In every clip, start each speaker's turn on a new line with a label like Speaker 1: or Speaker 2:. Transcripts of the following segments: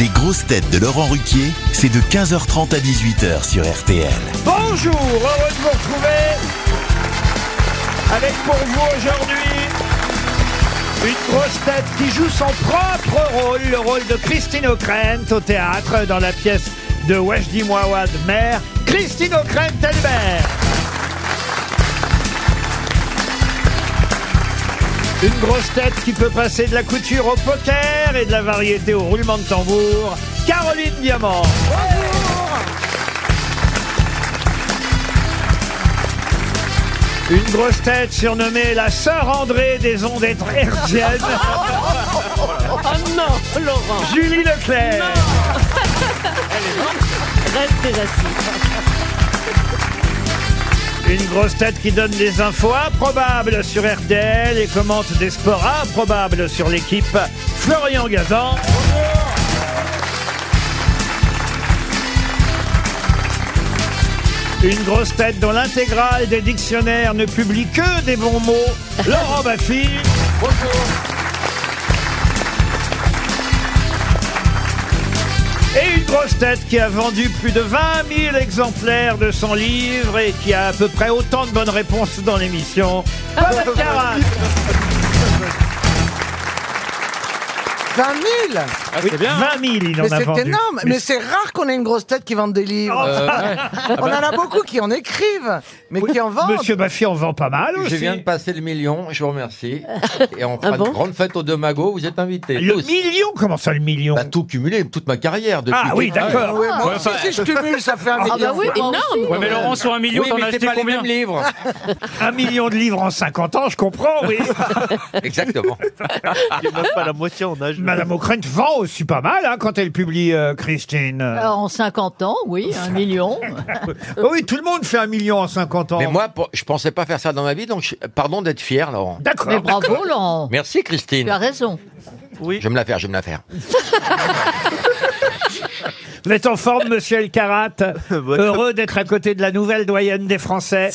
Speaker 1: Les grosses têtes de Laurent Ruquier, c'est de 15h30 à 18h sur RTL.
Speaker 2: Bonjour, heureux de vous retrouver avec pour vous aujourd'hui une grosse tête qui joue son propre rôle, le rôle de Christine O'Krent au théâtre dans la pièce de Wajdi Mouawad Mère, Christine O'Krent elle-mère. Une grosse tête qui peut passer de la couture au poker et de la variété au roulement de tambour, Caroline Diamant. Une grosse tête surnommée la sœur André des ondes hertziennes,
Speaker 3: Oh non, Laurent,
Speaker 2: Julie Leclerc.
Speaker 3: reste assis.
Speaker 2: Une grosse tête qui donne des infos improbables sur RTL et commente des sports improbables sur l'équipe. Florian Gazan. Une grosse tête dont l'intégrale des dictionnaires ne publie que des bons mots. Laurent Baffy. Et une grosse tête qui a vendu plus de 20 000 exemplaires de son livre et qui a à peu près autant de bonnes réponses dans l'émission.
Speaker 4: Ah
Speaker 2: Paul Alcarat.
Speaker 4: 20 000
Speaker 2: 20 000, il en
Speaker 4: Mais
Speaker 2: a
Speaker 4: c'est
Speaker 2: vendu.
Speaker 4: énorme Mais c'est rare qu'on ait une grosse tête qui vende des livres.
Speaker 5: Euh,
Speaker 3: Ah bah.
Speaker 4: On en a beaucoup qui en écrivent, mais qui en vendent.
Speaker 2: Monsieur Baffy en vend pas mal aussi.
Speaker 5: Je viens de passer le million, je vous remercie. Et on fera
Speaker 3: bon
Speaker 5: une grande fête au Domago, vous êtes invités.
Speaker 2: Le
Speaker 5: tous.
Speaker 2: million Comment ça, le million
Speaker 5: Bah, tout cumulé, toute ma carrière depuis.
Speaker 2: Ah oui, d'accord.
Speaker 4: Ouais, moi aussi, si je cumule, ça fait un
Speaker 3: Ah bah
Speaker 6: Ah
Speaker 4: million.
Speaker 6: bah
Speaker 3: énorme.
Speaker 7: Ouais, mais Laurent, sur un million,
Speaker 5: Oui,
Speaker 7: t'en as
Speaker 5: mais c'est
Speaker 7: acheté
Speaker 5: pas les
Speaker 7: combien
Speaker 5: mêmes livres.
Speaker 2: Un million de livres en 50 ans, je comprends, oui.
Speaker 5: Exactement.
Speaker 2: Madame O'Krent vend aussi pas mal hein, quand elle publie euh, Christine.
Speaker 6: en 50 ans, oui, un million.
Speaker 7: Ah.
Speaker 2: Oh oui, tout le monde fait un million en 50 ans.
Speaker 5: Mais moi, pour- je pensais pas faire ça dans ma vie, donc je- pardon d'être fier, Laurent.
Speaker 2: D'accord.
Speaker 6: Mais bravo, Laurent.
Speaker 5: Merci,
Speaker 6: Tu as
Speaker 5: Christine.
Speaker 6: raison.
Speaker 5: Je vais me la faire, je vais me la faire.
Speaker 2: Vous êtes en forme, monsieur El Karat. Heureux d'être à côté de la nouvelle doyenne des Français.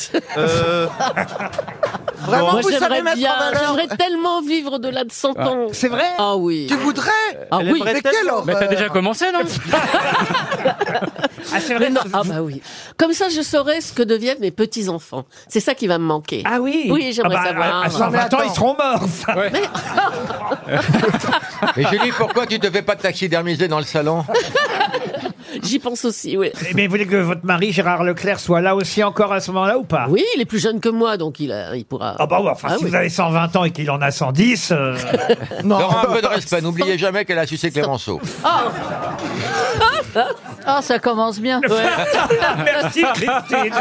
Speaker 4: Vraiment,
Speaker 3: Moi,
Speaker 4: vous savez
Speaker 3: j'aimerais
Speaker 4: mettre en
Speaker 3: bien,
Speaker 4: valeur.
Speaker 3: j'aimerais tellement vivre au-delà de 100 ans.
Speaker 4: C'est vrai
Speaker 3: Ah oui.
Speaker 4: Tu voudrais
Speaker 3: Ah oui.
Speaker 4: Mais quelle horreur
Speaker 7: Mais t'as déjà commencé, non
Speaker 2: Ah, c'est
Speaker 3: Mais
Speaker 2: vrai
Speaker 3: non, ah bah oui. Comme ça, je saurais ce que deviennent mes petits-enfants. C'est ça qui va me manquer.
Speaker 2: Ah oui
Speaker 3: Oui, j'aimerais
Speaker 2: Ah bah,
Speaker 3: savoir.
Speaker 2: À
Speaker 4: Non, mais
Speaker 2: 120 ans,
Speaker 4: attends.
Speaker 2: ils seront morts.
Speaker 5: Mais Julie, pourquoi tu te fais pas taxidermiser dans le salon
Speaker 3: J'y pense aussi, oui.
Speaker 2: Mais vous voulez que votre mari, Gérard Leclerc, soit là aussi encore à ce moment-là ou pas
Speaker 3: Ah Oui, il est plus jeune que moi, donc il, a- il pourra...
Speaker 2: Ah bah ouais, enfin,
Speaker 3: Ah
Speaker 2: si
Speaker 3: oui.
Speaker 2: vous avez 120 ans et qu'il en a 110... euh,
Speaker 5: Laurent, un peu de respect. N'oubliez jamais qu'elle a sucé Clémenceau.
Speaker 6: Ah, ça commence bien.
Speaker 2: Merci Christine